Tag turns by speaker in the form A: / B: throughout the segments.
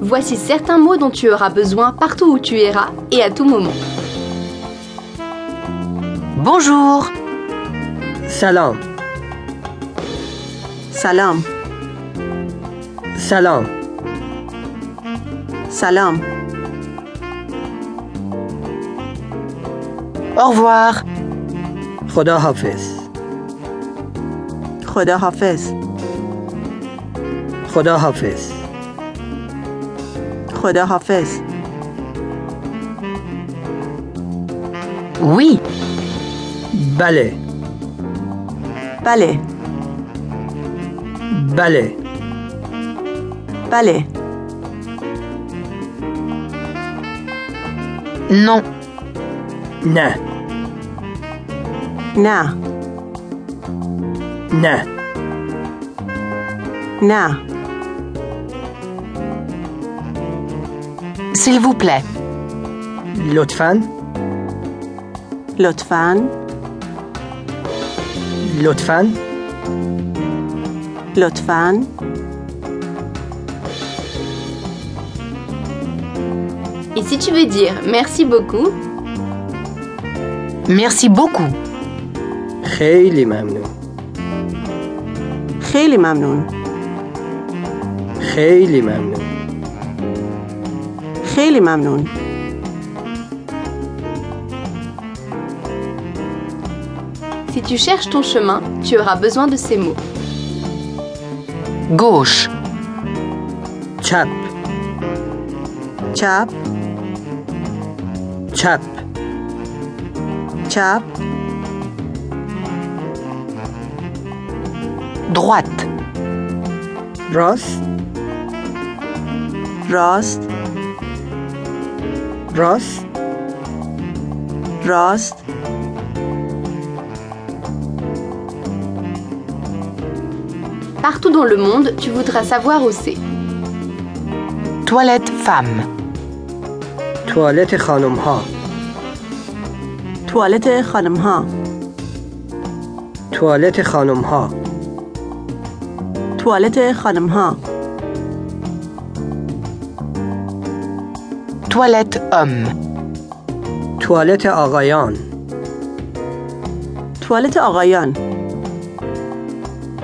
A: Voici certains mots dont tu auras besoin partout où tu iras et à tout moment.
B: Bonjour,
C: سلام
B: سلام،
C: سلام
B: سلام. Au revoir,
C: خدا حافظ
B: خدا حافظ،
C: خدا حافظ
B: خدا حافظ.
C: Oui بله
B: بله،
C: بله
B: بله. Non,
C: نه
B: نه،
C: نه
B: نه. S'il vous plaît.
C: لطفا
B: لطفاً،
C: لطفا
B: لطفاً.
A: Et si tu veux dire merci beaucoup,
B: Merci beaucoup.
C: خیلی ممنون
B: خیلی ممنون،
C: خیلی ممنون
B: خیلی ممنون.
A: si tu cherches ton chemin, tu auras besoin de ces mots.
B: گوش،
C: چپ
B: چپ،
C: چپ
B: چپ. droite,
C: راست
B: راست،
C: راست
B: راست.
A: Partout dans le monde, tu voudras savoir où c'est.
B: توالت femme.
C: توالت خانم ها
B: توالت خانم ها.
C: توالت خانم ها
B: توالت خانم ها توالت ام
C: توالت آقایان
B: توالت آقایان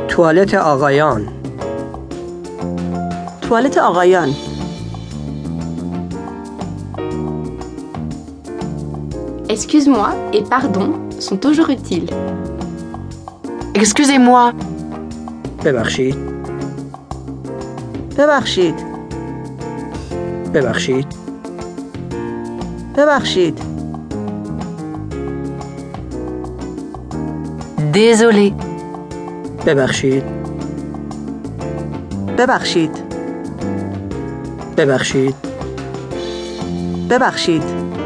C: توالت آقایان
B: توالت آقایان
A: Excuse-moi et pardon sont toujours utiles.
B: Excusez-moi
C: ببخشید
B: ببخشید
C: ببخشید
B: ببخشید Désolé
C: ببخشید
B: ببخشید
C: ببخشید
B: ببخشید